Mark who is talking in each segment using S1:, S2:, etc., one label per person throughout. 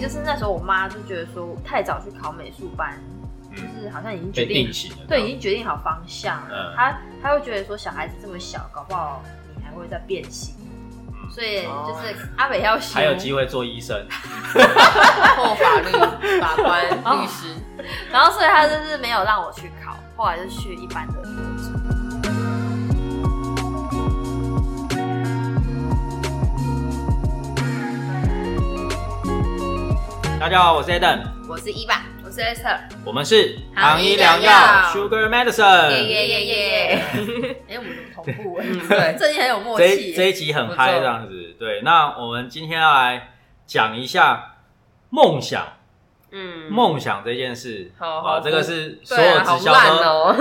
S1: 就是那时候我妈就觉得说太早去考美术班，
S2: 嗯
S1: 就是好像已经决
S3: 被
S1: 定
S3: 定型了，
S1: 对，已经决定好方向了。
S3: 嗯
S1: 他他会觉得说小孩子这么小，搞不好你还会再变心，
S3: 嗯
S1: 所以
S2: 哦
S1: 就是阿北要修，
S3: 还有机会做医生，
S2: 后法律、法官、律师，
S1: 然后所以他就是没有让我去考，后来就去一般的国中。
S3: 大家好，我是 Eden，
S1: 我是一吧，我是 S，
S3: 我们是
S1: 糖衣良药
S3: Sugar Medicine。
S1: 耶耶耶！哎，我们怎么同步哎？
S2: 嗯
S1: 最近很有默
S3: 这一
S1: 契
S3: 这
S1: 耶。
S3: 一集
S2: 不
S3: 很
S2: 错
S3: 嗨，这样子。对，那我们今天要来讲一下梦想，
S2: 嗯，
S3: 梦想这件事。
S2: 好
S3: 啊
S2: 好
S3: 这个是所
S2: 对
S3: 有
S2: 啊，好
S3: 直销
S2: 烂
S3: 都、
S2: 哦。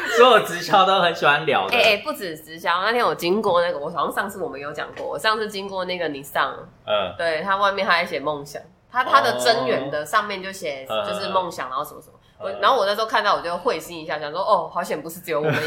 S3: 所有直销都很喜欢聊的。
S2: 哎哎，不止直销，那天我经过那个，我好像上次我们有讲过，我上次经过那个你上，
S3: 嗯，
S2: 对他外面他还写梦想，他
S3: 哦
S2: 他的真源的上面就写
S3: 嗯
S2: 就是梦想，然后什么什么。我
S3: 嗯
S2: 然后我那时候看到我就会心一笑，想说哦，好险不是只有我 们有，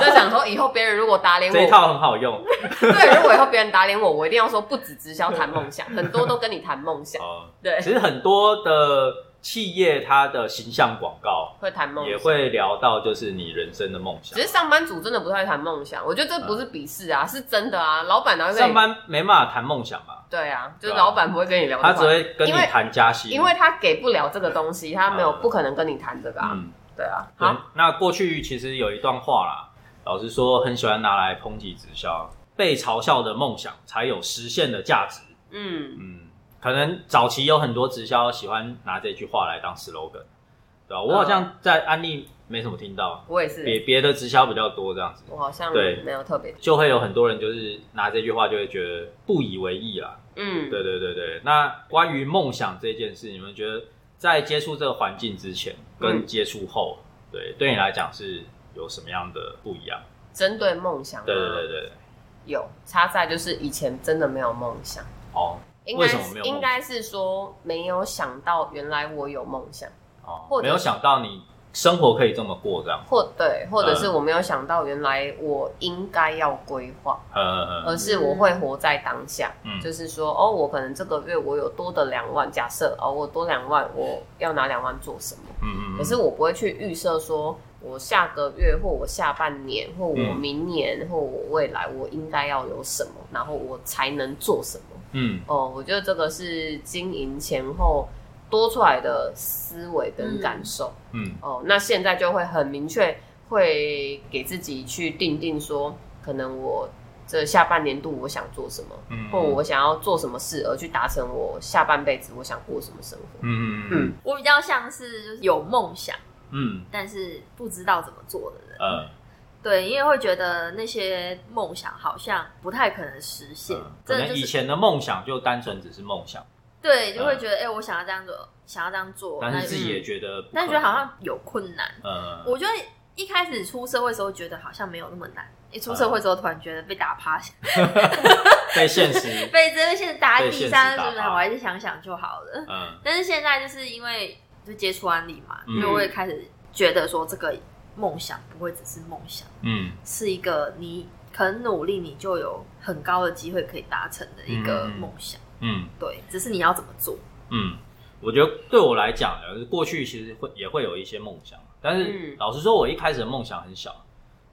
S2: 就想说以后别人如果打脸
S3: 这一
S2: 我，
S3: 套很好用。
S2: 对，如果以后别人打脸我，我一定要说不止直销谈 梦想，很多都跟你谈梦想，
S3: 哦，
S2: 对，
S3: 其实很多的企业它的形象广告
S2: 会谈梦
S3: 也
S2: 想。
S3: 会聊到，就是你人生的梦想
S2: 只。是上班族真的不太谈梦想，我觉得这不是鄙视啊，是真的啊。老板哪会跟你
S3: 上班没办法谈梦想吧？
S2: 对啊，就是
S3: 对啊
S2: 老板不会跟你聊这
S3: 他
S2: 块，
S3: 只会跟你
S2: 因为
S3: 谈加薪，
S2: 因为他给不了这个东西，他没有
S3: 嗯
S2: 不可能跟你谈这个啊。
S3: 嗯，
S2: 对啊，
S3: 对
S2: 好，。
S3: 那过去其实有一段话啦，老实说很喜欢拿来抨击直销，被嘲笑的梦想才有实现的价值。
S2: 嗯，
S3: 嗯，可能早期有很多直销喜欢拿这句话来当 slogan，对吧、我好
S2: 嗯
S3: 像在安利没什么听到，
S2: 我也是，
S3: 别别的直销比较多这样子。
S2: 我好像
S3: 对
S2: 没有特别，
S3: 就会有很多人就是拿这句话就会觉得不以为意啦。
S2: 嗯，
S3: 对对对对。那关于梦想这件事，你们觉得在接触这个环境之前跟接触
S1: 嗯
S3: 后，对对你来讲是有什么样的不一样？
S2: 针对梦想，啊
S3: 对对对，对对。
S2: 有差在就是以前真的没有梦想，
S3: 哦
S2: 应
S3: 为
S2: 该
S3: 什么没有梦想
S2: 应该是说没有想到原来我有梦想，
S3: 哦，
S2: 或者
S3: 没有想到你生活可以这么过这样。
S2: 或对，或者是
S3: 嗯
S2: 我没有想到原来我应该要规划。
S3: 呃，
S2: 而是我会活在当下，
S3: 嗯
S2: 就是说，哦，我可能这个月我有多的两万，假设哦，我多两万，我要拿两万做什么？
S3: 嗯嗯嗯
S2: 可是我不会去预设说，我下个月或我下半年或我
S3: 嗯
S2: 明年或我未来我应该要有什么，然后我才能做什么。
S3: 嗯
S2: 哦，我觉得这个是经营前后多出来的思维跟感受。
S3: 嗯
S2: 哦，那现在就会很明确，会给自己去定定说，可能我这下半年度我想做什么，
S3: 嗯，
S2: 或我想要做什么事，而去达成我下半辈子我想过什么生活。
S3: 嗯嗯嗯
S1: 我比较像是就是有梦想，
S3: 嗯
S1: 但是不知道怎么做的人。
S3: 呃
S1: 对，因为会觉得那些梦想好像不太可能实现，
S3: 呃嗯可
S1: 真的
S3: 能
S1: 就
S3: 以
S1: 是
S3: 前的梦想就单纯只是梦想，
S1: 对，就会
S3: 嗯
S1: 觉得哎、我想要这样做，想要这样做，
S3: 但
S1: 那
S3: 是自己
S1: 嗯
S3: 也觉得不可能，
S1: 但觉得好像有困难。
S3: 呃，
S1: 我觉得一开始出社会的时候觉得好像没有那么难，一出
S3: 嗯
S1: 社会之后突然觉得被打趴下，
S3: 被现实，
S1: 被这些打在
S3: 被现
S1: 地
S3: 实
S1: 上，
S3: 打
S1: 是不是？
S3: 趴
S1: 我还是想想就好了。
S3: 嗯
S1: 但是现在就是因为就接触安利嘛，
S3: 嗯
S1: 就会开始觉得说这个梦想不会只是梦想，
S3: 嗯，
S1: 是一个你肯努力，你就有很高的机会可以达成的一个梦想。
S3: 嗯
S1: 对，只是你要怎么做。
S3: 嗯，我觉得对我来讲呢，过去其实会也会有一些梦想，但是、
S2: 嗯
S3: 老实说，我一开始的梦想很小，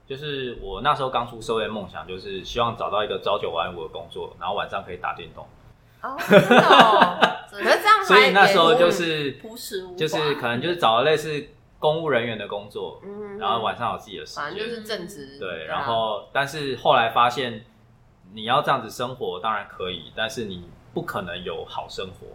S3: 就是我那时候刚出社会，的梦想就是希望找到一个朝九晚五的工作，然后晚上可以打电动。
S2: 哦，真的 哦
S1: 所以
S2: 可是这样
S3: 嗯所以
S2: 还
S3: 那时候
S1: 哎
S2: 也
S3: 就是
S1: 朴实无华，
S3: 就是可能就是找了类似公务人员的工作，
S2: 嗯
S3: 然后晚上有自己的时
S2: 反正就
S3: 间。
S2: 是正职，
S3: 对，
S2: 啊
S3: 然后但是后来发现，你要这样子生活当然可以，但是你不可能有好生活。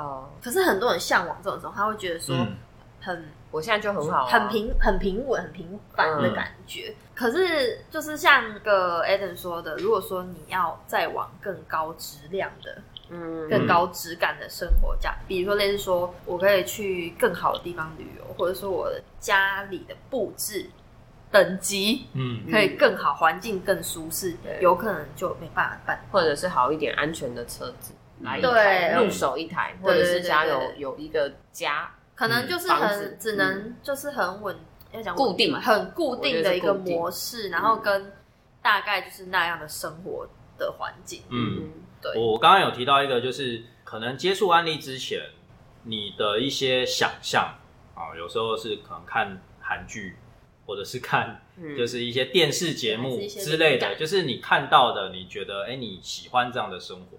S2: 哦，
S1: 可是很多人向往这种时候，他会觉得说
S3: 嗯
S1: 很、
S2: 我现在就很好啊，
S1: 很平、很平稳、很平凡的感觉。可是就是像个 Adam 说的，如果说你要再往更高质量的、
S2: 嗯，
S1: 更高质感的生活价，比如说类似说我可以去更好的地方旅游，或者说我的家里的布置等级
S3: 嗯
S1: 可以更好，环境更舒适，
S2: 对
S1: 有可能就没办法办。
S2: 或者是好一点安全的车子，来一
S1: 对
S2: 台
S3: 嗯
S2: 入手一台，
S1: 对
S2: 或者是家
S1: 对
S2: 有
S1: 对
S2: 有一个家，
S1: 可能就是
S2: 房子
S1: 很只能就是很稳，要讲稳嘛
S2: 固定
S1: 很固定的一个
S2: 我觉得是固定
S1: 模式，然后跟大概就是那样的生活的环境。
S2: 嗯
S3: 嗯，我刚刚有提到一个，就是可能接触安利之前，你的一些想象啊，有时候是可能看韩剧，或者是看
S2: 嗯，
S3: 就是一些电视节目之类的，就是你看到的，你觉得哎、诶你喜欢这样的生活。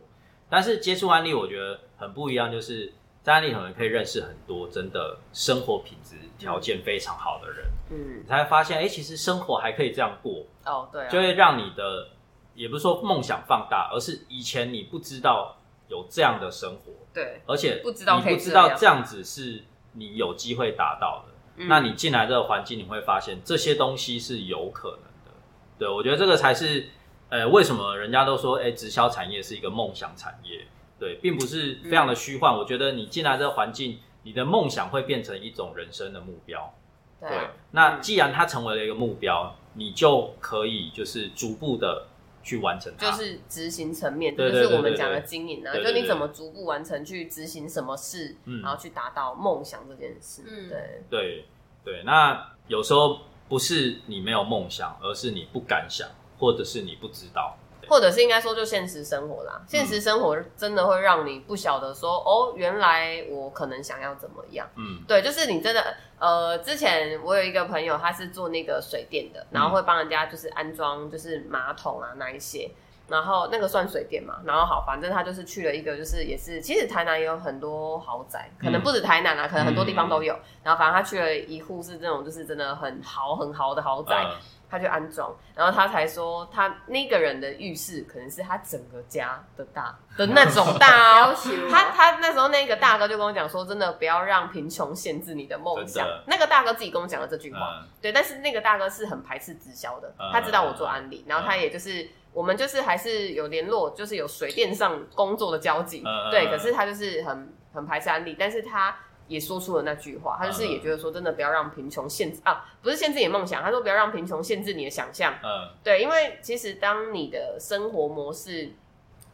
S3: 但是接触安利，我觉得很不一样，就是在安利可能可以认识很多真的生活品质条件非常好的人，
S2: 嗯
S3: 你，才发现哎、诶其实生活还可以这样过，
S2: 哦，对啊，
S3: 就会让你的也不是说梦想放大，而是以前你不知道有这样的生活，
S2: 对，
S3: 而且
S2: 不知道
S3: 你
S2: 可以
S3: 不知
S2: 这
S3: 道
S2: 样
S3: 这样子是你有机会达到的。
S2: 嗯
S3: 那你进来这个环境，你会发现这些东西是有可能的。对我觉得这个才是，呃，为什么人家都说，哎、直销产业是一个梦想产业，对，并不是非
S2: 嗯
S3: 常的虚幻。我觉得你进来这个环境，你的梦想会变成一种人生的目标。
S2: 对啊，
S3: 那既然它成为了一个目标，你就可以就是逐步的去完成它。
S2: 就是执行层面，
S3: 对
S2: 这
S3: 对
S2: 就是我
S3: 对
S2: 们
S3: 对
S2: 讲的
S3: 对
S2: 经营啊，
S3: 对
S2: 就
S3: 对
S2: 你
S3: 对
S2: 怎么逐步完成去执行什么事，
S3: 嗯
S2: 然后去达到梦想这件事。
S1: 嗯
S2: 对，
S3: 对对，那有时候不是你没有梦想，而是你不敢想，或者是你不知道。
S2: 或者是应该说就现实生活啦，现实生活真的会让你不晓得说，哦，原来我可能想要怎么样。
S3: 嗯
S2: 对，就是你真的，呃，之前我有一个朋友，他是做那个水电的，然后会帮人家就是安装就是马桶啊那一些，然后那个算水电嘛，然后好，反正他就是去了一个就是也是，其实台南也有很多豪宅，可能
S3: 嗯
S2: 不止台南啊，可能很多地方都有，然后反正他去了一户是这种就是真的很豪很豪的豪宅，
S3: 呃
S2: 他就安装，然后他才说他那个人的浴室可能是他整个家的大的那种大
S1: 了
S2: 哦。
S1: 解我
S2: 他他那时候那个大哥就跟我讲说，真的不要让贫穷限制你的梦
S3: 真
S2: 想
S3: 的。
S2: 那个大哥自己跟我讲了这句话，
S3: 嗯
S2: 对，但是那个大哥是很排斥直销的
S3: 嗯，
S2: 他知道我做安利，然后他也就是我们就是还是有联络，就是有水电上工作的交集
S3: 嗯，
S2: 对，可是他就是很很排斥安利，但是他。也说出了那句话，
S3: 嗯
S2: 他就是也觉得说，真的不要让贫穷限制啊，不是限制你的梦想，他说不要让贫穷限制你的想象，
S3: 嗯
S2: 对，因为其实当你的生活模式，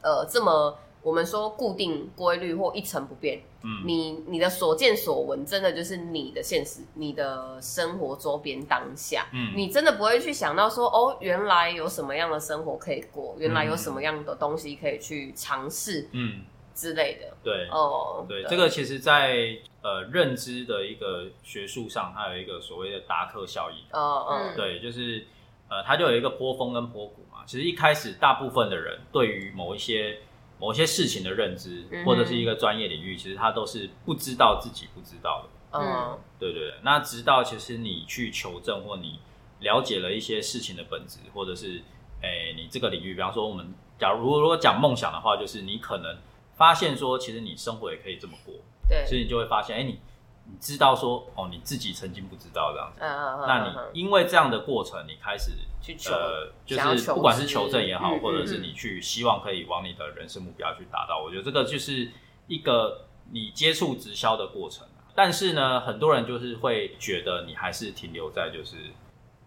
S2: 呃，这么我们说固定规律或一成不变，
S3: 嗯，
S2: 你你的所见所闻，真的就是你的现实，你的生活周边当下，
S3: 嗯
S2: 你真的不会去想到说，哦，原来有什么样的生活可以过，原来有什么样的东西可以去尝试
S3: 嗯，
S2: 之类的。
S3: 对
S2: 哦，
S3: 对，这个其实在呃认知的一个学术上，它有一个所谓的达克效应。
S2: 呃，呃
S1: 嗯
S3: 对，就是呃，它就有一个波峰跟波谷嘛。其实一开始大部分的人对于某一些某一些事情的认知
S2: 嗯，哼
S3: 或者是一个专业领域，其实他都是不知道自己不知道的。
S2: 嗯，
S3: 对对对，那直到其实你去求证或你了解了一些事情的本质，或者是诶你这个领域，比方说我们假如如果讲梦想的话，就是你可能发现说，其实你生活也可以这么过，
S2: 对，
S3: 所以你就会发现，哎，你你知道说哦你自己曾经不知道这样子，
S2: 嗯嗯嗯，
S3: 那
S2: 嗯嗯
S3: 你因为这样的过程，你开始
S2: 去求
S3: 呃，就
S2: 想要
S3: 是
S2: 求
S3: 不管是
S2: 知
S3: 求证也好，
S2: 嗯
S3: 或者是
S1: 嗯
S3: 你去希望可以往你的人生目标去达到，我觉得这个就是一个你接触直销的过程啊。但是呢，很多人就是会觉得你还是停留在就是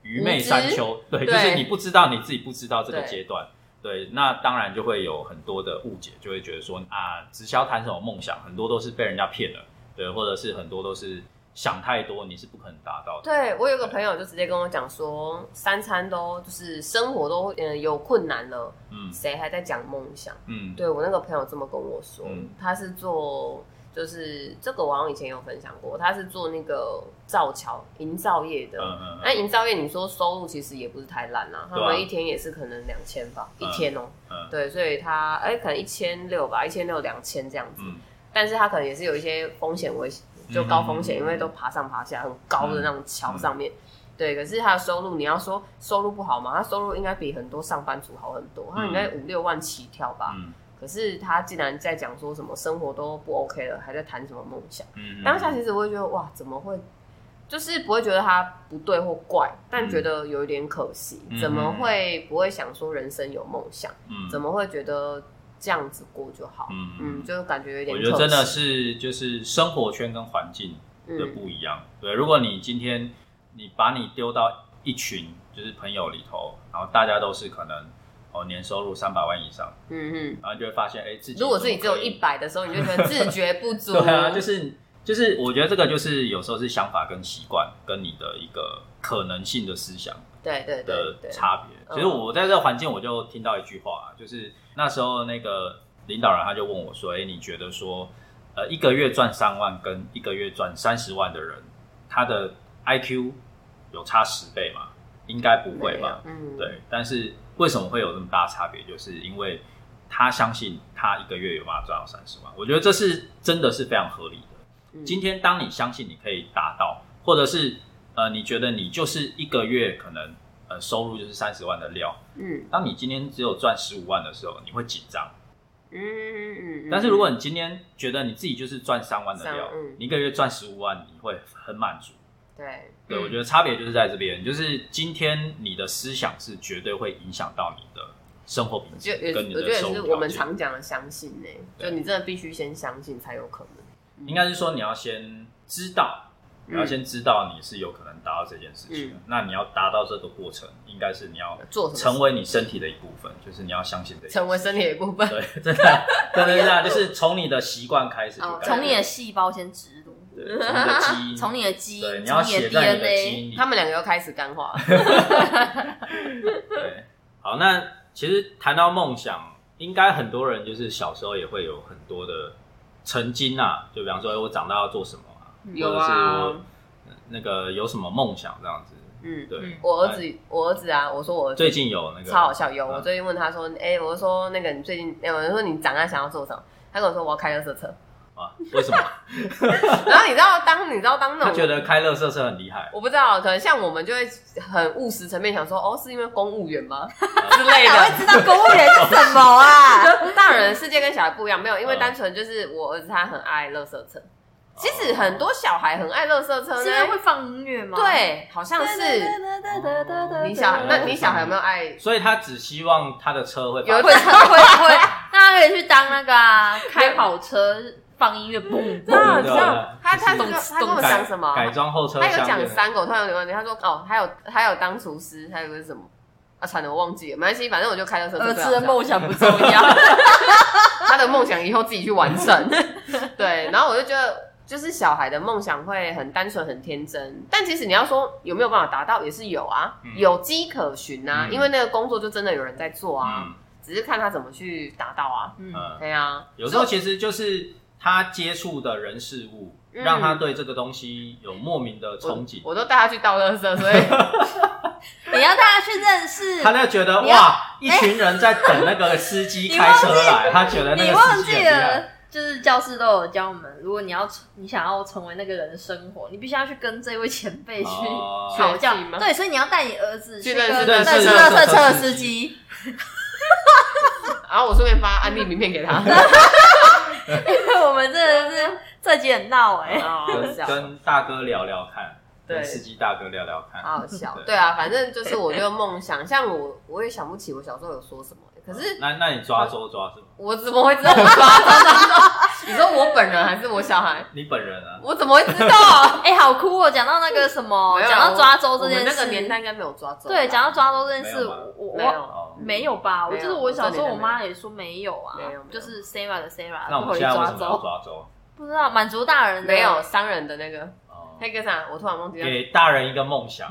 S3: 愚昧三秋，对，
S2: 对
S3: 就是你不知道你自己不知道这个
S2: 对
S3: 阶段。对，那当然就会有很多的误解，就会觉得说啊，直销谈什么梦想，很多都是被人家骗了，对，或者是很多都是想太多，你是不可能达到的。
S2: 对我有个朋友就直接跟我讲说，三餐都就是生活都嗯、呃有困难了，
S3: 嗯
S2: 谁还在讲梦想？
S3: 嗯，
S2: 对我那个朋友这么跟我说，
S3: 嗯
S2: 他是做就是这个我好像以前有分享过，他是做那个造桥营造业的。
S3: 嗯嗯
S2: 那营造业，你说收入其实也不是太烂啊，他
S3: 对啊
S2: 们一天也是可能两千吧，
S3: 嗯
S2: 一天哦、
S3: 嗯
S2: 对，所以他哎、可能一千六吧，一千六两千这样子，
S3: 嗯
S2: 但是他可能也是有一些风险危险，就高风险，因为都爬上爬下，很高
S3: 嗯
S2: 的那种桥上面。对，可是他的收入，你要说收入不好嘛？他收入应该比很多上班族好很多，他应该五六万起跳吧。
S3: 嗯
S2: 可是他竟然在讲说什么生活都不 OK 了，还在谈什么梦想。
S3: 嗯，
S2: 当下其实我会觉得哇，怎么会？就是不会觉得他不对或怪，但
S3: 嗯
S2: 觉得有一点可惜，
S3: 嗯
S2: 怎么会不会想说人生有梦想？
S3: 嗯
S2: 怎么会觉得这样子过就好？
S3: 嗯
S2: 嗯，就感觉有点
S3: 我
S2: 可
S3: 觉
S2: 惜。
S3: 得真的是就是生活圈跟环境的
S2: 嗯
S3: 不一样。对，如果你今天你把你丢到一群就是朋友里头，然后大家都是可能哦年收入三百万以上，
S2: 嗯嗯，
S3: 然后你就会发现哎、自己
S2: 如果自己只有
S3: 怎么可以
S2: 一百的时候，你就觉得自觉不足。
S3: 对啊，就是就是，我觉得这个就是有时候是想法跟习惯跟你的一个可能性的思想
S2: 对对对
S3: 的
S2: 对，
S3: 差别。
S2: 嗯
S3: 其实我在这个环境，我就听到一句话啊，就是那时候那个领导人他就问我说：“哎、你觉得说，呃，一个月赚三万跟一个月赚三十万的人，他的 IQ 有差十倍吗？应该不会吧？
S2: 嗯，，
S3: 对，但是为什么会有那么大差别？就是因为他相信他一个月有办法赚到三十万，我觉得这是真的是非常合理的。
S2: 嗯
S3: 今天当你相信你可以达到，或者是呃你觉得你就是一个月可能呃收入就是三十万的料，
S2: 嗯
S3: 当你今天只有赚十五万的时候，你会紧张。
S2: 嗯嗯嗯。
S3: 但是如果你今天觉得你自己就是赚三万的料
S2: 三嗯，
S3: 你一个月赚十五万，你会很满足。
S2: 对，
S3: 对，
S1: 嗯
S3: 我觉得差别就是在这边，就是今天你的思想是绝对会影响到你的生活品
S2: 就
S3: 质
S2: 也
S3: 跟你
S2: 我
S3: 的
S2: 觉得也
S3: 收
S2: 是
S3: 入
S2: 我
S3: 条
S2: 们
S3: 件。
S2: 常讲的相信呢、
S3: 对
S2: 就你真的必须先相信才有可能。嗯
S3: 应该是说你要先知道，你要先知道你是有可能达到这件事情的。那你要达到这个过程，应该是你要
S2: 做什么事
S3: 成为你身体的一部分，就是你要相信这件事
S2: 成为身体的一部分。
S3: 对，真的，真的是这样，就是从你的习惯开始就
S2: 哦
S3: 改变，
S1: 从你的细胞先植入，
S3: 对从你的基因，
S1: 从你的基
S3: 对，
S1: 因，
S3: 你要
S1: 从你
S3: 写
S1: 的
S3: 在你的基
S1: DNA，
S3: 因里
S2: 他。们两个又开始干 话，
S3: 对，好，那其实谈到梦想，应该很多人就是小时候也会有很多的曾经啊，就比方说，哎我长大要做什么啊，
S2: 有
S3: 或者是
S2: 啊
S3: 我，那个有什么梦想这样子。
S2: 嗯，
S3: 对，哎
S1: 嗯
S2: 我儿子，我儿子啊，我说我儿子
S3: 最近有那个
S2: 超好笑，有
S3: 嗯
S2: 我最近问他说，哎、我就说那个你最近，哎、我就说你长大想要做什么？他跟我说我要开乐 色车，
S3: 啊，为什么
S2: 然后你知道当你知道 当那
S3: 他
S2: 种
S3: 觉得开乐色车很厉 害
S2: 我不知道，可能像我们就会很务实层面想说，哦，是因为公务员吗
S3: 啊
S2: 之类
S1: 哪
S2: 的
S1: 会。知道公务员是什么 啊？
S2: 大人的世界跟小孩不一样，没有，因为
S3: 嗯
S2: 单纯就是我儿子他很爱乐色车。其实
S3: 哦
S2: 很多小孩很爱乐色车呢，
S1: 是因为会放音乐吗？，
S2: 对，好像是你小孩，那你小孩有没有爱？
S3: 所以他只希望他的车会
S2: 有
S3: 发
S2: 一
S1: 会会会，那他可以去当那个 啊，开跑车放音乐，嘣
S2: 真的很
S3: 对啊
S2: 像他他
S1: 就是
S2: 跟我他跟我
S1: 动
S2: 讲
S3: 改
S2: 什么？
S3: 改装后车
S2: 他
S3: 厢
S2: 有讲
S3: 变成
S2: 三个，我突然有点忘记。他说哦，还有还有当厨师，还有个是什么啊？惨了，我忘记了，没关系，反正我就开乐色车。
S1: 儿
S2: 不要
S1: 子的
S2: 讲
S1: 梦想不重要。
S2: 他的梦想以后自己去完成。 对，然后我就觉得，就是小孩的梦想会很单纯、很天真，但其实你要说有没有办法达到，也是有啊，
S3: 嗯
S2: 有迹可循啊，
S3: 嗯
S2: 因为那个工作就真的有人在做啊，
S3: 嗯
S2: 只是看他怎么去达到啊。
S1: 嗯
S3: 嗯，
S2: 对啊，
S3: 有时候其实就是他接触的人事物，
S2: 嗯
S3: 让他对这个东西有莫名的憧憬。
S2: 我都带他去倒垃圾，所以
S1: 你要带他去认识，
S3: 他就觉得
S1: 你要
S3: 哇，一群人在等那个司 机
S1: 你
S3: 开车来，他觉得那
S1: 你
S3: 个
S1: 忘
S3: 司机很
S1: 记
S3: 厉害。
S1: 了。就是教师都有教我们，如果你要成你想要成为那个人的生活，你必须要去跟这位前辈去
S3: 哦
S1: 讨教
S2: 学习。吗
S1: 对，所以你要带你儿子
S2: 去
S1: 跟
S2: 认识
S1: 认
S3: 认识
S1: 识垃圾车
S3: 认
S1: 的
S3: 识
S1: 司机，
S2: 啊然后我顺便发安利名片 给他。
S1: 因为我们真的是这集很闹 哎、
S2: 哦， 好
S3: 跟
S2: 笑，
S3: 跟大哥聊聊看，
S2: 对
S3: 跟司机大哥聊聊看。
S2: 好好笑。
S3: 对
S2: 对啊，反正就是我觉得梦想，像我我也想不起我小时候有说什么，可是
S3: 那那你抓周抓什么？
S2: 我怎么会知道 我抓到的？你说我本人还是我小孩？
S3: 你本人啊？
S2: 我怎么会知道？
S1: 哎、好酷哦！讲到那个什么，
S2: 没有啊
S1: 讲到抓周这
S2: 我
S1: 件
S2: 们
S1: 事，
S2: 那个年代应该没有抓周吧。
S1: 对，讲到抓周这件事，
S3: 没有吗
S1: 我我
S2: 没
S1: 我
S2: 有，
S3: 哦，
S1: 没有吧？我
S2: 没有
S1: 记得我小时候，
S2: 我这
S1: 我
S2: 里都没有
S1: 妈也说没有啊，
S2: 没有没有
S1: 就是 Sarah 的 Sarah，
S3: 那我
S1: 不
S3: 们现在为
S1: 抓
S3: 什么要
S1: 周，
S3: 抓周？
S1: 不知道满足大人的
S2: 没有商人的那个
S3: 哦
S2: 那个啥，我突然忘记了。
S3: 给大人一个 梦想，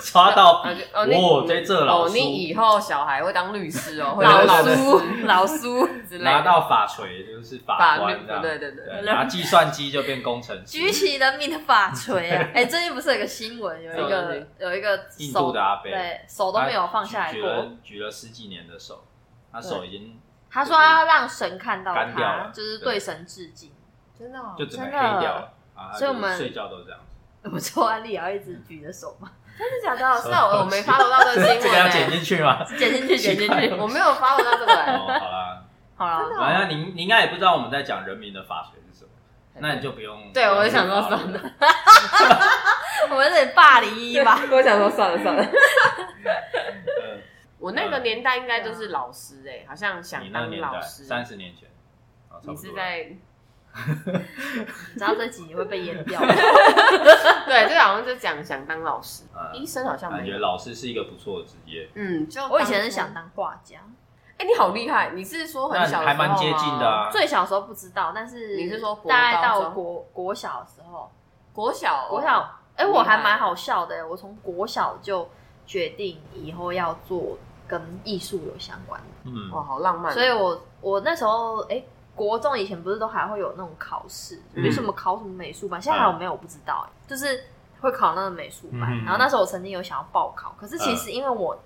S3: 抓到
S2: 啊就哦你
S3: 哦，在这老
S2: 哦，
S3: 叔
S2: 你以后小孩会当律 师哦，会
S1: 老
S2: 当
S3: 对对
S2: 师
S1: 苏 老苏
S2: 之类
S3: 拿
S2: 的。
S3: 到法锤就是法
S2: 法律
S3: 官这样，
S2: 对对对，
S3: 对拿计算机就变工程师。
S1: 举起人民的法锤 啊！哎、最近不是有个新闻，有一
S2: 什么东
S1: 个
S2: 西
S1: 有一个
S3: 印
S1: 手
S3: 度的阿伯
S1: 对手都没有放下来
S3: 举
S1: 过。
S3: 了举了十几年的手，他手已经
S1: 他说他要让神看到
S3: 干掉了
S1: 他，就是对神致敬。
S2: 真的哦
S3: 就整个黑
S1: 真的
S3: 掉了啊！
S1: 所以我们
S3: 就是睡觉都这样。
S1: 我做安利也要一直举着手嘛，
S2: 真的假的？是啊，我我没 follow 到这个 新
S3: 这个要剪
S2: 闻
S3: 进 去吗？
S1: 剪进去，剪进
S3: 奇
S2: 欸，
S1: 去
S3: 怪。
S2: 我没有 follow 到这个
S3: 哦，
S2: 欸。
S3: 好啦，
S1: 好
S2: 真的
S1: 了，
S2: 哦
S3: 反正您您应该也不知道我们在讲人民的法学是什么，那你就不用。
S2: 对我就想说
S3: 不用考虑了
S1: 我们这里霸凌一吧。
S2: 我想说算了算了，
S3: 嗯
S2: 我那个年代应该就是老师哎，好像
S3: 你
S2: 想
S3: 那个
S2: 当
S3: 年
S2: 老
S3: 代
S2: 师。
S3: 三十年前，啊差
S2: 你
S3: 不多
S2: 是
S3: 了
S2: 在
S1: 你知道这集你会被淹掉，
S2: 对，就好像就讲想当老师，医
S3: 嗯，
S2: 生好像
S3: 感
S2: 没
S3: 觉
S2: 有。
S3: 老师是一个不错的职业，
S2: 嗯，就
S1: 我以前是
S2: 当
S1: 想
S2: 初，
S1: 当画家，
S2: 哎、你好厉害！你是说很
S3: 那
S2: 小的
S3: 还蛮
S2: 时候
S3: 接
S2: 吗
S3: 近的。啊。
S1: 最小的时候不知道，但是
S2: 你是说国高中
S1: 大概到国国小的时候，
S2: 国小，哦
S1: 国小，哎、
S2: 厉害
S1: 我还蛮好笑的，我从国小就决定以后要做跟艺术有相关的。
S3: 嗯，
S2: 哇，好浪漫哦，
S1: 所以我我那时候哎、诶国中以前不是都还会有那种考试，
S3: 嗯
S1: 比如什么考什么美术
S2: 嗯
S1: 班，现在还有没有我不知道、诶就是会考那个美术班。
S3: 嗯
S1: 然后那时候我曾经有想要报考，可是其
S2: 嗯
S1: 实因为我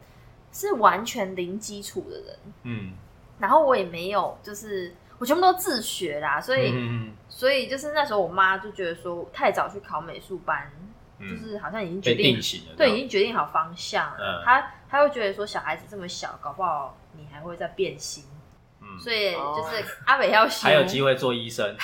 S1: 是完全零基础的人，
S3: 嗯，
S1: 然后我也没有就是我全部都自学啦，所以、
S3: 嗯嗯
S1: 所以就是那时候我妈就觉得说太早去考美术班，
S3: 嗯
S1: 就是好像已经决
S3: 被
S1: 定
S3: 定型了，
S1: 对，已经决定好方向了。
S3: 嗯
S1: 他他会觉得说小孩子这么小，搞不好你还会再变心，
S3: 嗯，
S1: 所以
S2: 哦
S1: 就是阿北要修。
S3: 还有机会做医生，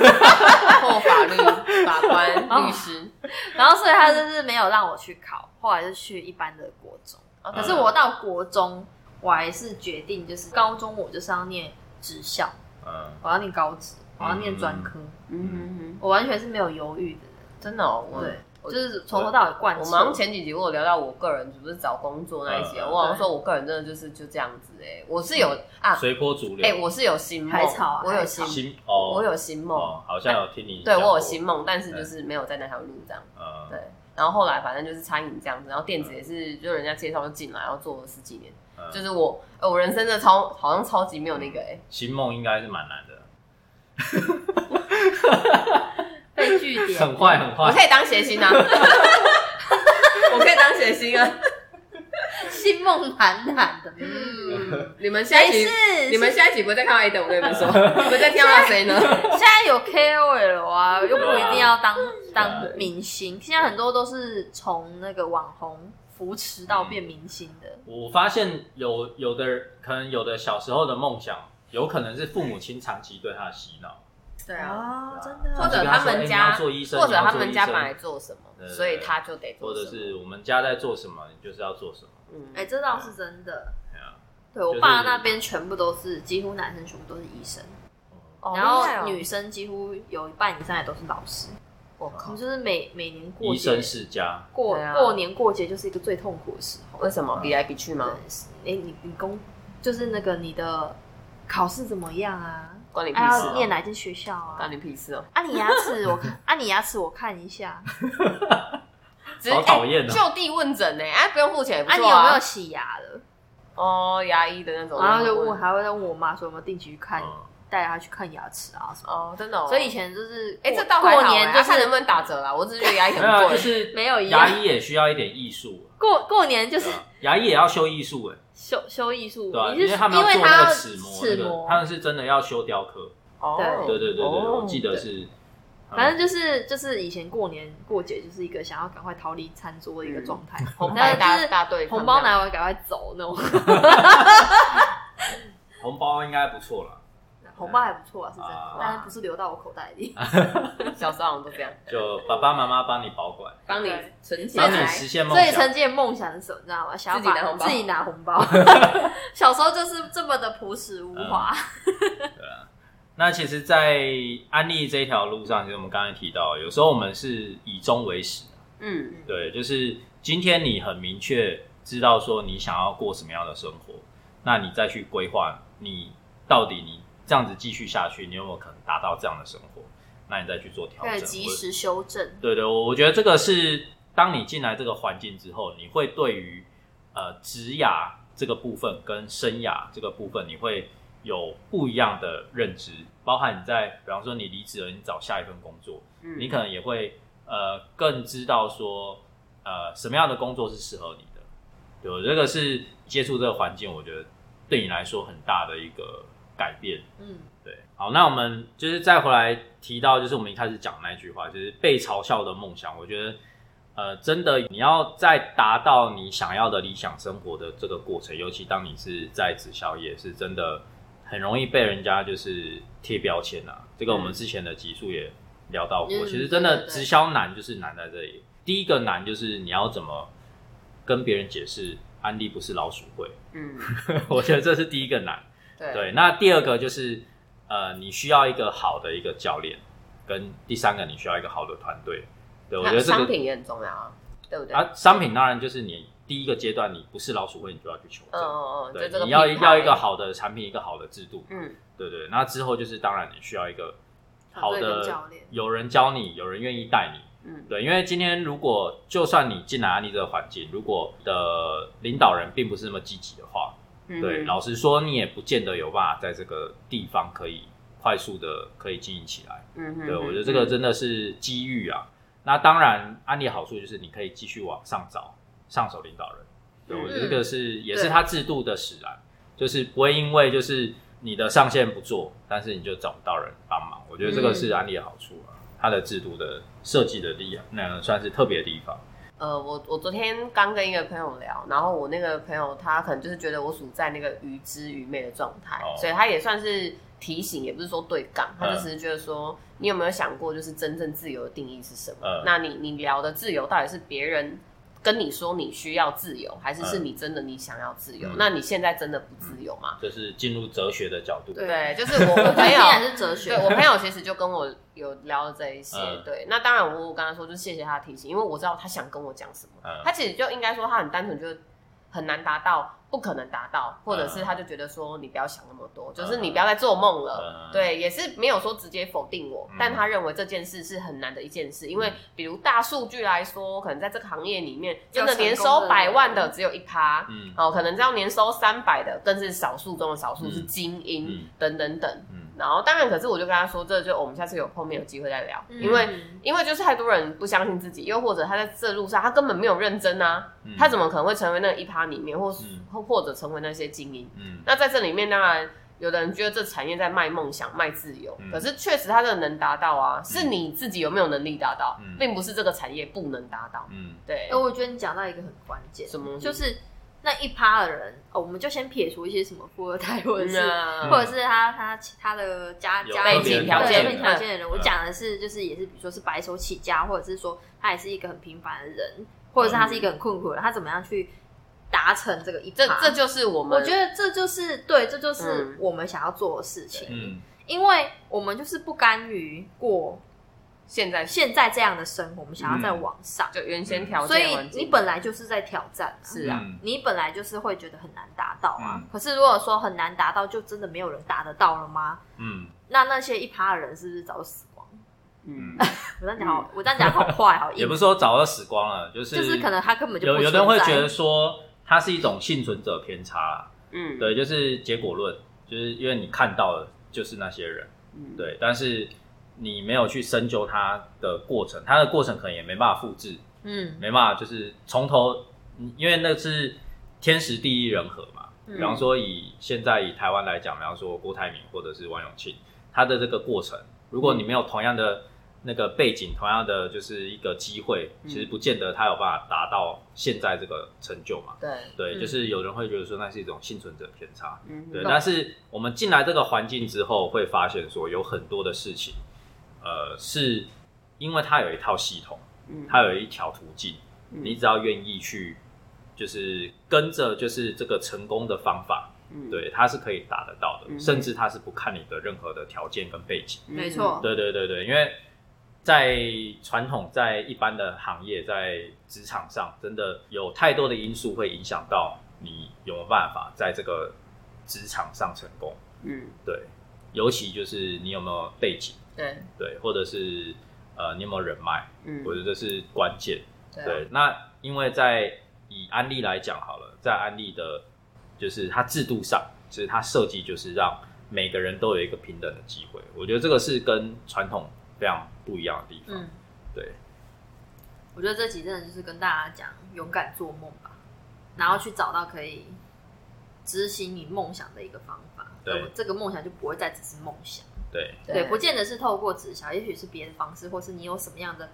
S2: 后法律、法 官、律师。
S1: 然后所以他就是没有让我去考，后来就去一般的国中。
S2: 哦
S3: 嗯
S1: 可是我到国中，我还是决定就是高中我就是要念职校，
S3: 嗯，
S1: 我要念高职，我要念专科，
S2: 嗯哼哼，
S1: 我完全是没有犹豫的人。
S2: 真的哦，我
S1: 对，
S2: 我
S1: 就是从头到尾贯
S2: 我
S1: 彻。
S2: 们好像前几集我有聊到我个人，就是找工作那一集，
S3: 嗯
S2: 我好像说我个人真的就是就这样子哎、我是有啊，
S3: 随波逐
S2: 哎、
S3: 流，
S2: 我是有新梦
S1: 海草啊，
S2: 我有
S1: 海
S2: 新
S1: 草，
S3: 心哦，
S2: 我有新梦，
S3: 哦，好像有听你
S2: 对
S3: 讲
S2: 我
S3: 过
S2: 有新，梦，但是就是没有在那条路这样，
S3: 嗯，
S2: 对。然后后来反正就是餐饮这样子，然后电子也是，就人家介绍就进来，然后做了十几年，
S3: 嗯
S2: 就是我，呃我人生真的超好像超级没有那个哎、
S3: 新梦应该是蛮难的，
S1: 被据
S2: 啊
S1: 点，
S3: 很坏很
S2: 我
S3: 坏，
S2: 可以当谐 星啊，我可以当谐星啊，
S1: 心梦难难的。
S2: 嗯，你们下一
S1: 没
S2: 集
S1: 事，
S2: 你们下一集不会再看到 Ada，我跟你们说，你们再听到谁呢？
S1: 现在有 KOL 啊，又不一定要当
S2: 啊
S1: 当
S3: 对
S1: 明星。现在很多都是从那个网红扶持到变明星的。
S2: 嗯
S3: 我发现有有的人可能有的小时候的梦想，有可能是父母亲长期对他的洗脑，
S2: 对，
S1: 啊
S3: 对啊
S2: 或者他们
S3: 长期跟说哎你
S2: 家
S3: 要做医生，
S2: 或者他
S3: 你要做
S2: 们
S3: 医
S2: 家
S3: 生
S2: 本来做什么，
S3: 对
S2: 所以他就得
S3: 或
S2: 做什
S3: 者
S2: 么。
S3: 是我们家在做什么，你就是要做什么，
S2: 嗯，
S1: 哎、这倒是真的。
S3: 对啊
S1: 对我爸那边全部都是，几乎男生全部都是医生，
S2: 哦
S1: 然
S2: 厉害
S1: 后
S2: 哦
S1: 女生几乎有一半以上也都是老师。
S2: 我
S1: 我
S2: 靠
S1: 们，就是每每年过
S3: 医生
S1: 节，
S3: 世家，
S1: 过
S2: 对啊
S1: 过年过节就是一个最痛苦的时候。
S2: 为什么比来比去
S1: 对
S2: 吗？
S1: 哎、你你工就是那个你的考试怎么样啊？
S2: 关你屁
S1: 哎、
S2: 事
S1: 要
S3: 啊
S2: 哦，
S1: 念哪间学校啊？
S2: 关你屁事哦！
S1: 啊，你牙齿我 看，啊，你牙齿我看一下，
S2: 直接
S3: 好讨厌
S2: 哎
S3: 哦
S2: 就地问诊呢，哎，不用付钱也不
S1: 啊，你
S2: 错
S1: 有没有洗牙了？
S2: 哦牙医的那种？
S1: 然后就问，还会问我妈说有没有定期去看，
S3: 嗯，
S1: 带她去看牙齿啊什么。
S2: 哦，真的哦，
S1: 所以以前就是过，
S2: 哎，这倒还好
S1: 过年
S2: 哎
S1: 就
S2: 啊看能
S1: 是
S2: 不能打折啦。我只是觉得牙医
S3: 没
S2: 很
S3: 有啊，就
S2: 贵，
S3: 是
S1: 没有一
S3: 牙
S1: 样，
S3: 医也需要一点艺 术，
S1: 过过年就
S3: 对
S1: 是
S3: 啊牙医也要修艺术，哎，
S1: 修修艺术，
S3: 对啊，
S1: 你
S3: 因
S1: 是
S3: 为他们要
S1: 因
S3: 做
S1: 为他
S3: 那
S1: 要
S3: 个齿模，那个他们是真的要修雕刻，
S2: 哦
S1: 对
S3: 对对对对，
S2: 哦
S3: 我记得是，嗯
S1: 反
S2: 嗯
S1: 正就是就是以前过年过节就是一个想要赶快逃离餐桌的一个状 态，
S2: 红
S1: 然
S2: 白
S1: 后
S2: 嗯大
S1: 就是
S2: 大队
S1: 红包
S2: 拿
S1: 拿完赶快走那种，
S2: 嗯
S3: 红包应该不错啦，
S1: 红包还不错啊，是真的
S3: 啊，
S1: 但是不是流到我口袋里，
S2: 啊 小时候好像都这样，
S3: 就爸爸妈妈帮你保管，
S2: 帮你
S1: 对
S2: 存起
S3: 帮
S2: 来
S3: 你。实现梦
S1: 所以
S3: 想。
S1: 曾经的梦想是什么，你知道吗？想要
S2: 自己拿
S1: 把
S2: 红包
S1: 自己拿红包。 小时候就是这么的朴实无华。
S2: 嗯
S3: 那其实，在安利这条路上，就是我们刚才提到，有时候我们是以终为始，
S2: 嗯，
S3: 对，就是今天你很明确知道说你想要过什么样的生活，那你再去规划你到底你这样子继续下去，你有没有可能达到这样的生活？那你再去做调整，
S1: 对，及时修正。
S3: 对对，我我觉得这个是当你进来这个环境之后，你会对于呃职涯这个部分跟生涯这个部分，你会有不一样的认知，包含你在比方说你离职了，你找下一份工作，
S2: 嗯
S3: 你可能也会呃更知道说呃什么样的工作是适合你的。对，我这个是接触这个环境，我觉得对你来说很大的一个改变。
S1: 嗯，
S3: 对，好，那我们就是再回来提到，就是我们一开始讲的那句话，就是被嘲笑的梦想。我觉得，呃，真的你要在达到你想要的理想生活的这个过程，尤其当你是在直销业，是真的很容易被人家就是贴标签啊。这个我们之前的集数也聊到过，
S1: 嗯
S3: 其实真
S1: 对
S3: 的
S1: 对对
S3: 直销难就是难在这里。第一个难就是你要怎么跟别人解释安利不是老鼠会，
S2: 嗯，
S3: 我觉得这是第一个难。
S2: 对
S3: 对，那第二个就是呃，你需要一个好的一个教练，跟第三个你需要一个好的团队。对，我觉得这
S2: 商
S3: 个
S2: 品也很重要啊，对不对？
S3: 啊，商品当然就是你第一个阶段你不是老鼠会，你就要去求
S2: 嗯
S3: 证。
S2: 嗯嗯，就这
S3: 对，
S2: 个
S3: 你要
S2: 品牌
S3: 要一个，好的产品，一个好的制度。
S2: 嗯，
S3: 对对，那之后就是当然你需要一个好
S1: 团队跟
S3: 的
S1: 教练
S3: 有人教你，有人愿意带你。
S2: 嗯
S3: 对，因为今天如果就算你进来安利这个环境，如果你的领导人并不是那么积极的话，
S2: 嗯
S3: 对，老实说你也不见得有办法在这个地方可以快速的可以经营起来。
S2: 嗯哼
S3: 对，我觉得这个真的是机遇啊。那当然，安利好处就是你可以继续往上找上手领导人。对，我觉得这
S2: 嗯
S3: 个是也是它制度的使然，就是不会因为就是你的上线不做，但是你就找不到人帮忙。我觉得这个是
S2: 嗯
S3: 安利的好处啊，它的制度的设计的地，那个算是特别的地方。
S2: 呃，我我昨天刚跟一个朋友聊，然后我那个朋友他可能就是觉得我处在那个愚之愚昧的状态，
S3: 哦
S2: 所以他也算是提醒，也不是说对杠，他就
S3: 嗯
S2: 只是觉得说，你有没有想过，就是真正自由的定义是什么？
S3: 嗯
S2: 那你你聊的自由到底是别人跟你说你需要自由，还是是你真的你想要自由？
S3: 嗯
S2: 那你现在真的不自由吗？
S3: 这是进入哲学的角度。
S1: 对
S2: 对，就是我
S1: 我
S2: 我
S1: 觉得
S2: 朋
S1: 依
S2: 友
S1: 然是哲学
S2: 对。我朋友其实就跟我有聊了这一些，
S3: 嗯
S2: 对，那当然我我跟他说就谢谢他的提醒，因为我知道他想跟我讲什么，
S3: 嗯
S2: 他其实就应该说他很单纯，就很难达到，不可能达到，或者是他就觉得说你不要想那么多，就是你不要再做梦了，
S3: 嗯
S2: 对，也是没有说直接否定我，
S3: 嗯
S2: 但他认为这件事是很难的一件事，因为比如大数据来说，可能在这个行业里面，真的
S1: 要成功
S2: 年收
S1: 的
S2: 百万
S1: 人
S2: 的只有一趴，
S3: 嗯
S2: 哦，可能这样年收三百的，更是少数中的少数，
S3: 嗯
S2: 是精英、
S3: 嗯
S2: 等等等。
S3: 嗯
S2: 然后当然，可是我就跟他说，这就我们下次有碰面有机会再聊，
S1: 嗯
S2: 因为因为就是太多人不相信自己，又或者他在这路上他根本没有认真啊，
S3: 嗯
S2: 他怎么可能会成为那一趴里面，或是
S3: 嗯
S2: 或、或者成为那些精英？
S3: 嗯
S2: 那在这里面，当然有的人觉得这产业在卖梦想、卖自由，
S3: 嗯
S2: 可是确实他的能达到啊，是你自己有没有能力达到，
S3: 嗯
S2: 并不是这个产业不能达到。
S3: 嗯
S2: 对，
S1: 哎，我觉得你讲到一个很关键，
S2: 什么东西
S1: 就是那一趴的人、哦，我们就先撇除一些什么富二代或者是、
S2: 那
S1: 或者是他他其他的家
S3: 有
S1: 家
S3: 背
S1: 里
S3: 景
S1: 对
S3: 条件
S1: 背景条件的人，
S3: 嗯
S1: 我讲的是就是也是比如说是白手起家，或者是说他也是一个很平凡的人，或者是他是一个很困苦的人，他怎么样去达成这个一
S2: 这
S1: 趴？
S2: 这就是我们
S1: 啊我觉得这就是对，这就是
S2: 嗯
S1: 我们想要做的事情，
S3: 嗯
S1: 因为我们就是不甘于过
S2: 现在
S1: 现在这样的生活，我们想
S3: 嗯
S1: 要再往上，
S2: 就原先条件
S1: 嗯所以
S2: 环境
S1: 你本来就是在挑战、啊，
S2: 是啊，
S3: 嗯
S1: 你本来就是会觉得很难达到啊。
S3: 嗯
S1: 可是如果说很难达到，就真的没有人达得到了吗？
S3: 嗯
S1: 那那些一趴的人是不是早就死光？
S2: 嗯
S3: 嗯，
S1: 我这样讲好，我这样讲好坏好硬，
S3: 也不是说早就死光了，就是
S1: 就是可能他根本就不
S3: 有有的人会
S1: 存在
S3: 觉得说它是一种幸存者偏差啦，
S2: 嗯，
S3: 对，就是结果论，就是因为你看到的就是那些人，
S2: 嗯，
S3: 对，但是你没有去深究它的过程，它的过程可能也没办法复制，
S1: 嗯，
S3: 没办法就是从头，嗯因为那是天时地利人和嘛。
S1: 嗯
S3: 比方说以现在以台湾来讲，比方说郭台铭或者是王永庆，他的这个过程，如果你没有同样的那个背景，同样的就是一个机会，
S2: 嗯
S3: 其实不见得他有办法达到现在这个成就嘛。
S2: 对，
S3: 对，
S1: 嗯
S3: 就是有人会觉得说那是一种幸存者偏差，
S2: 嗯，
S3: 对。
S1: 懂
S3: 但是我们进来这个环境之后，会发现说有很多的事情，呃，是因为它有一套系统，
S2: 嗯，
S3: 它有一条途径，
S2: 嗯
S3: 你只要愿意去，就是跟着就是这个成功的方法，
S2: 嗯，
S3: 对，它是可以达得到的，
S2: 嗯
S3: 甚至它是不看你的任何的条件跟背景。
S2: 嗯
S1: 没错，
S3: 对对对对，因为在传统在一般的行业，在职场上，真的有太多的因素会影响到你有没有办法在这个职场上成功。
S2: 嗯，
S3: 对，尤其就是你有没有背景，
S2: 对，
S3: 对，或者是呃你有没有人脉，
S2: 嗯，
S3: 我觉得这是关键。
S2: 对啊
S3: 对，那因为在以安利来讲好了，在安利的，就是它制度上，其实它设计就是让每个人都有一个平等的机会。我觉得这个是跟传统非常不一样的地方。
S1: 嗯，
S3: 对，
S1: 我觉得这集真的就是跟大家讲勇敢做梦吧，然后去找到可以执行你梦想的一个方法，
S3: 对
S1: 那么这个梦想就不会再只是梦想。
S3: 对，
S1: 对，不见得是透过直销，也许是别的方式，或是你有什么样的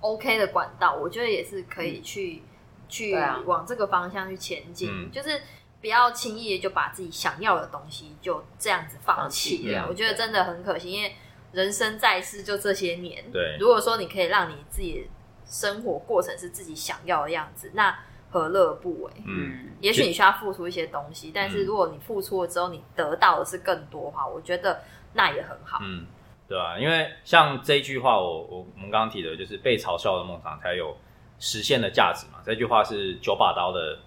S1: OK 的管道，我觉得也是可以去、去
S2: 对啊
S1: 往这个方向去前进，
S3: 嗯
S1: 就是不要轻易地就把自己想要的东西就这样子放
S2: 放
S1: 弃
S3: 弃
S1: 了。
S3: 嗯
S1: 我觉得真的很可惜，因为人生在世就这些年，
S3: 对
S1: 如果说你可以让你自己生活过程是自己想要的样子，那何乐而不为？
S3: 嗯，
S2: 嗯，
S1: 也许你需要付出一些东西，但是
S3: 嗯
S1: 如果你付出了之后，你得到的是更多的话，我觉得那也很好。
S3: 嗯，对啊，因为像这一句话我，我我们刚刚提的，就是被嘲笑的梦想才有实现的价值嘛。这句话是九把刀的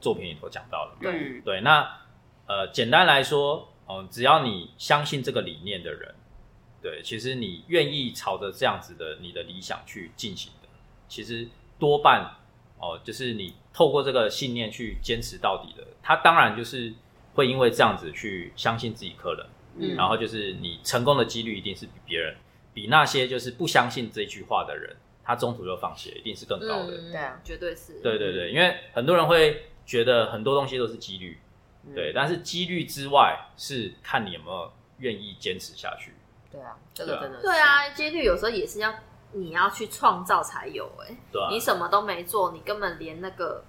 S3: 作品里头讲到的。
S2: 对，
S3: 对，哦那呃，简单来说，嗯、只要你相信这个理念的人，对，其实你愿意朝着这样子的你的理想去进行的，其实多半哦、就是你透过这个信念去坚持到底的，他当然就是会因为这样子去相信自己客人，
S2: 嗯
S3: 然后就是你成功的几率一定是比别人，比那些就是不相信这句话的人，他中途就放弃，一定是更高的。
S1: 嗯
S2: 对啊，
S1: 绝对是，
S3: 对对对，因为很多人会觉得很多东西都是几率，
S2: 嗯
S3: 对，但是几率之外是看你有没有愿意坚持下去。
S2: 对啊，这个真的是
S1: 对，啊，几率有时候也是要你要去创造才有、哎、
S3: 对啊，
S1: 你什么都没做，你根本连那个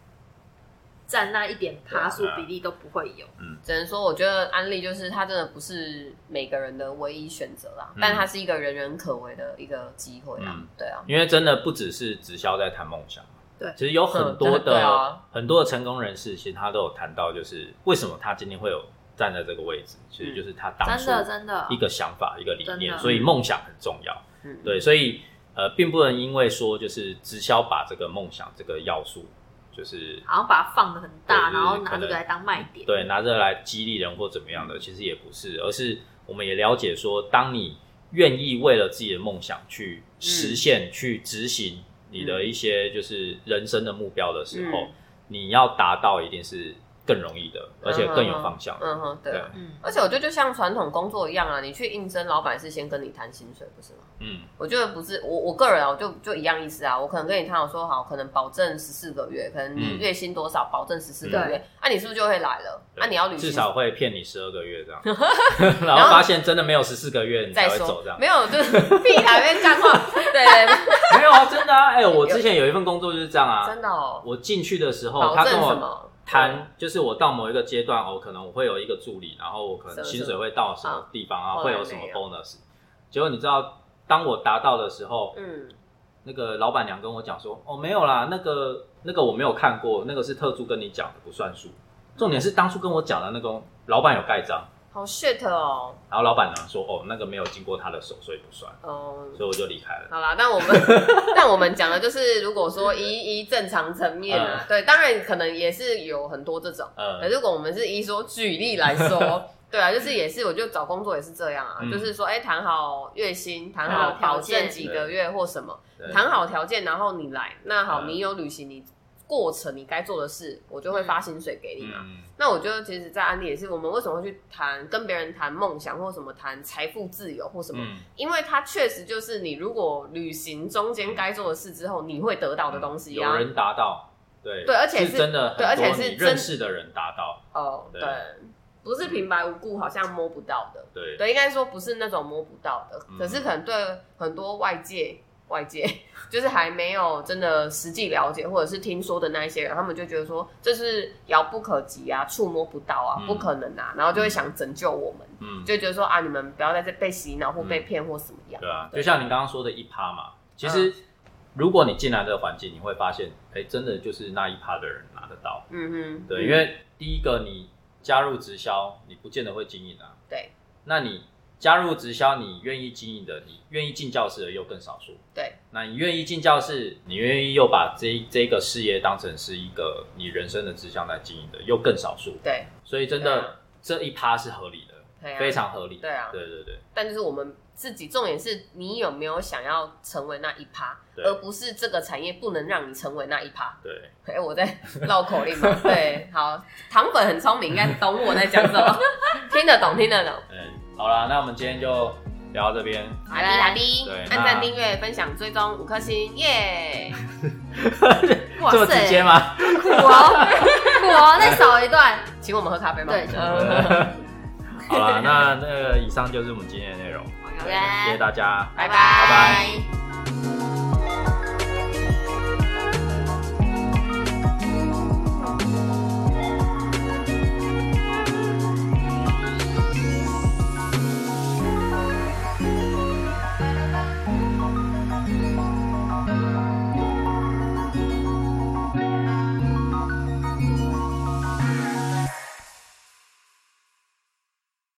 S1: 占那一点爬数
S3: 对啊
S1: 比例都不会有。
S2: 只能说我觉得安利就是它真的不是每个人的唯一选择啦，
S3: 嗯
S2: 但它是一个人人可为的一个机会啊
S3: 嗯，
S2: 对啊，
S3: 因为真的不只是直销在谈梦想，
S1: 对
S3: 其实有很多
S2: 嗯对
S3: 的、
S2: 啊
S3: 很多的成功人士，其实他都有谈到，就是为什么他今天会有站在这个位置，其
S2: 嗯
S3: 实就是他当
S1: 真
S3: 初
S1: 的真的，
S3: 啊一个想法、一个理
S1: 真
S3: 念，
S1: 的
S3: 所以梦想很重要。
S2: 嗯，
S3: 对，所以呃，并不能因为说就是直销把这个梦想这个要素，就是
S1: 好像把它放的很大，
S3: 对就是
S1: 然后拿
S3: 可
S1: 这
S3: 能
S1: 个来当卖点。
S3: 对，拿着来激励人或怎么样
S2: 嗯
S3: 的，其实也不是，而是我们也了解说，当你愿意为了自己的梦想去实
S2: 嗯
S3: 现、去执行你的一些就是人生的目标的时候，
S2: 嗯
S3: 你要达到一定是更容易的，而且更有方向的。
S2: 嗯哼，对
S3: 对
S2: 啊，，
S1: 嗯，
S2: 而且我觉得就像传统工作一样啊，你去应征，老板是先跟你谈薪水，不是吗？
S3: 嗯，
S2: 我觉得不是，我我个人啊，我就就一样意思啊。我可能跟你谈，我说好，可能保证十四个月，可能你
S3: 嗯
S2: 月薪多少，保证十四
S3: 嗯
S2: 个月，啊，你是不是就会来了？啊，你要履行
S3: 至少会骗你十二个月这 样，然后发现真的没有十四个月，你才
S2: 再
S3: 会
S2: 说
S3: 走这样。
S2: 没有，就是屁还没干话，对对，
S3: 没有啊，真的啊，哎、我之 前有一份工作就是这样啊，
S2: 真的哦，
S3: 我进去的时候，
S2: 保
S3: 他
S2: 证
S3: 跟
S2: 什
S3: 我
S2: 么
S3: 谈，就是我到某一个阶段，我可能我会有一个助理，然后我可
S2: 什
S3: 能
S2: 么
S3: 薪水会到什么地方啊，
S2: 啊
S3: 会有什么
S2: 后来没
S3: bonus。结果你知道，当我达到的时候，
S2: 嗯，
S3: 那个老板娘跟我讲说：“哦，没有啦，那个那个我没有看过，那个是特助跟你讲的，不算数。重点是当初跟我讲的那个老板有盖章，
S2: 好 shit 哦，
S3: 然后老板娘说：哦，那个没有经过他的手，所以不算。
S2: 嗯。
S3: 所以我就离开了。
S2: 好啦，但 我们但我们讲的就是，如果说一一正常层面啊，
S3: 嗯
S2: 对，当然可能也是有很多这种。呃，
S3: 呃，
S2: 如果我们是以说举例来 说，对啊，就是也是，我就找工作也是这样啊，
S3: 嗯
S2: 就是说，哎、谈好月薪，谈
S3: 谈
S2: 好
S1: 好
S2: 保
S1: 条件
S2: 证几个月或什么，
S3: 对
S2: 谈好条件，然后你来，那好，
S3: 嗯
S2: 你有履行你过程你该做的事，我就会发薪水给你嘛。
S3: 嗯，
S2: 那我觉得，其实，在案例也是，我们为什么会去谈跟别人谈梦想或什么谈财富自由或什么？
S3: 嗯
S2: 因为它确实就是你如果履行中间该做的事之后，你会得到的东西
S3: 嗯有
S2: 啊。
S3: 人达到，对
S2: 对而且是
S3: 是真的很多
S2: 对而且是
S3: 你
S2: 真
S3: 认识的人达到，
S2: 哦，
S3: 对
S2: 对，不是平白无故好像摸不到的。
S3: 对
S2: 对，应该说不是那种摸不到的，
S3: 嗯
S2: 可是可能对很多外界外界就是还没有真的实际了解或者是听说的那一些人，他们就觉得说这是遥不可及啊，触摸不到啊，
S3: 嗯
S2: 不可能啊，然后就会想拯救我们，
S3: 嗯，
S2: 就觉得说啊，你们不要在这被洗脑或被骗或什么样。
S3: 对啊，
S2: 对嗯
S3: 就像你刚刚说的一趴嘛，其实如果你进来这个环境，你会发现，哎，真的就是那一趴的人拿得到。
S2: 嗯哼，
S3: 对，因为第一个你加入直销，你不见得会经营啊。
S2: 对，
S3: 那你加入直销，你愿意经营的，你愿意进教室的又更少数。
S2: 对，
S3: 那你愿意进教室，你愿意又把这这个事业当成是一个你人生的志向来经营的，又更少数。
S2: 对，
S3: 所以真
S2: 对啊
S3: 的这一趴是合理的，
S2: 对啊
S3: 非常合理。
S2: 对啊
S3: 对对对，
S2: 但就是我们自己重点是你有没有想要成为那一趴，
S3: 对
S2: 而不是这个产业不能让你成为那一趴。
S3: 对，
S2: 哎、我在绕口令 嘛。对，好，糖粉很聪明，应该懂我在讲 什么，听得懂，听得懂。
S3: 嗯，好啦，那我们今天就聊到这边。
S2: 好的，好的
S3: 对，
S2: 按赞、
S3: 那
S2: 订阅、分享、追踪五颗 星，耶、
S1: 哇
S3: 这么直接 吗？
S1: 苦哦，苦哦，再少一段。
S2: 请我们喝咖啡吗？
S1: 对
S2: 嗯
S3: 好啦，那那个以上就是我们今天的内容，
S1: 好
S3: 谢谢大家，
S1: 拜
S2: 拜
S1: 拜。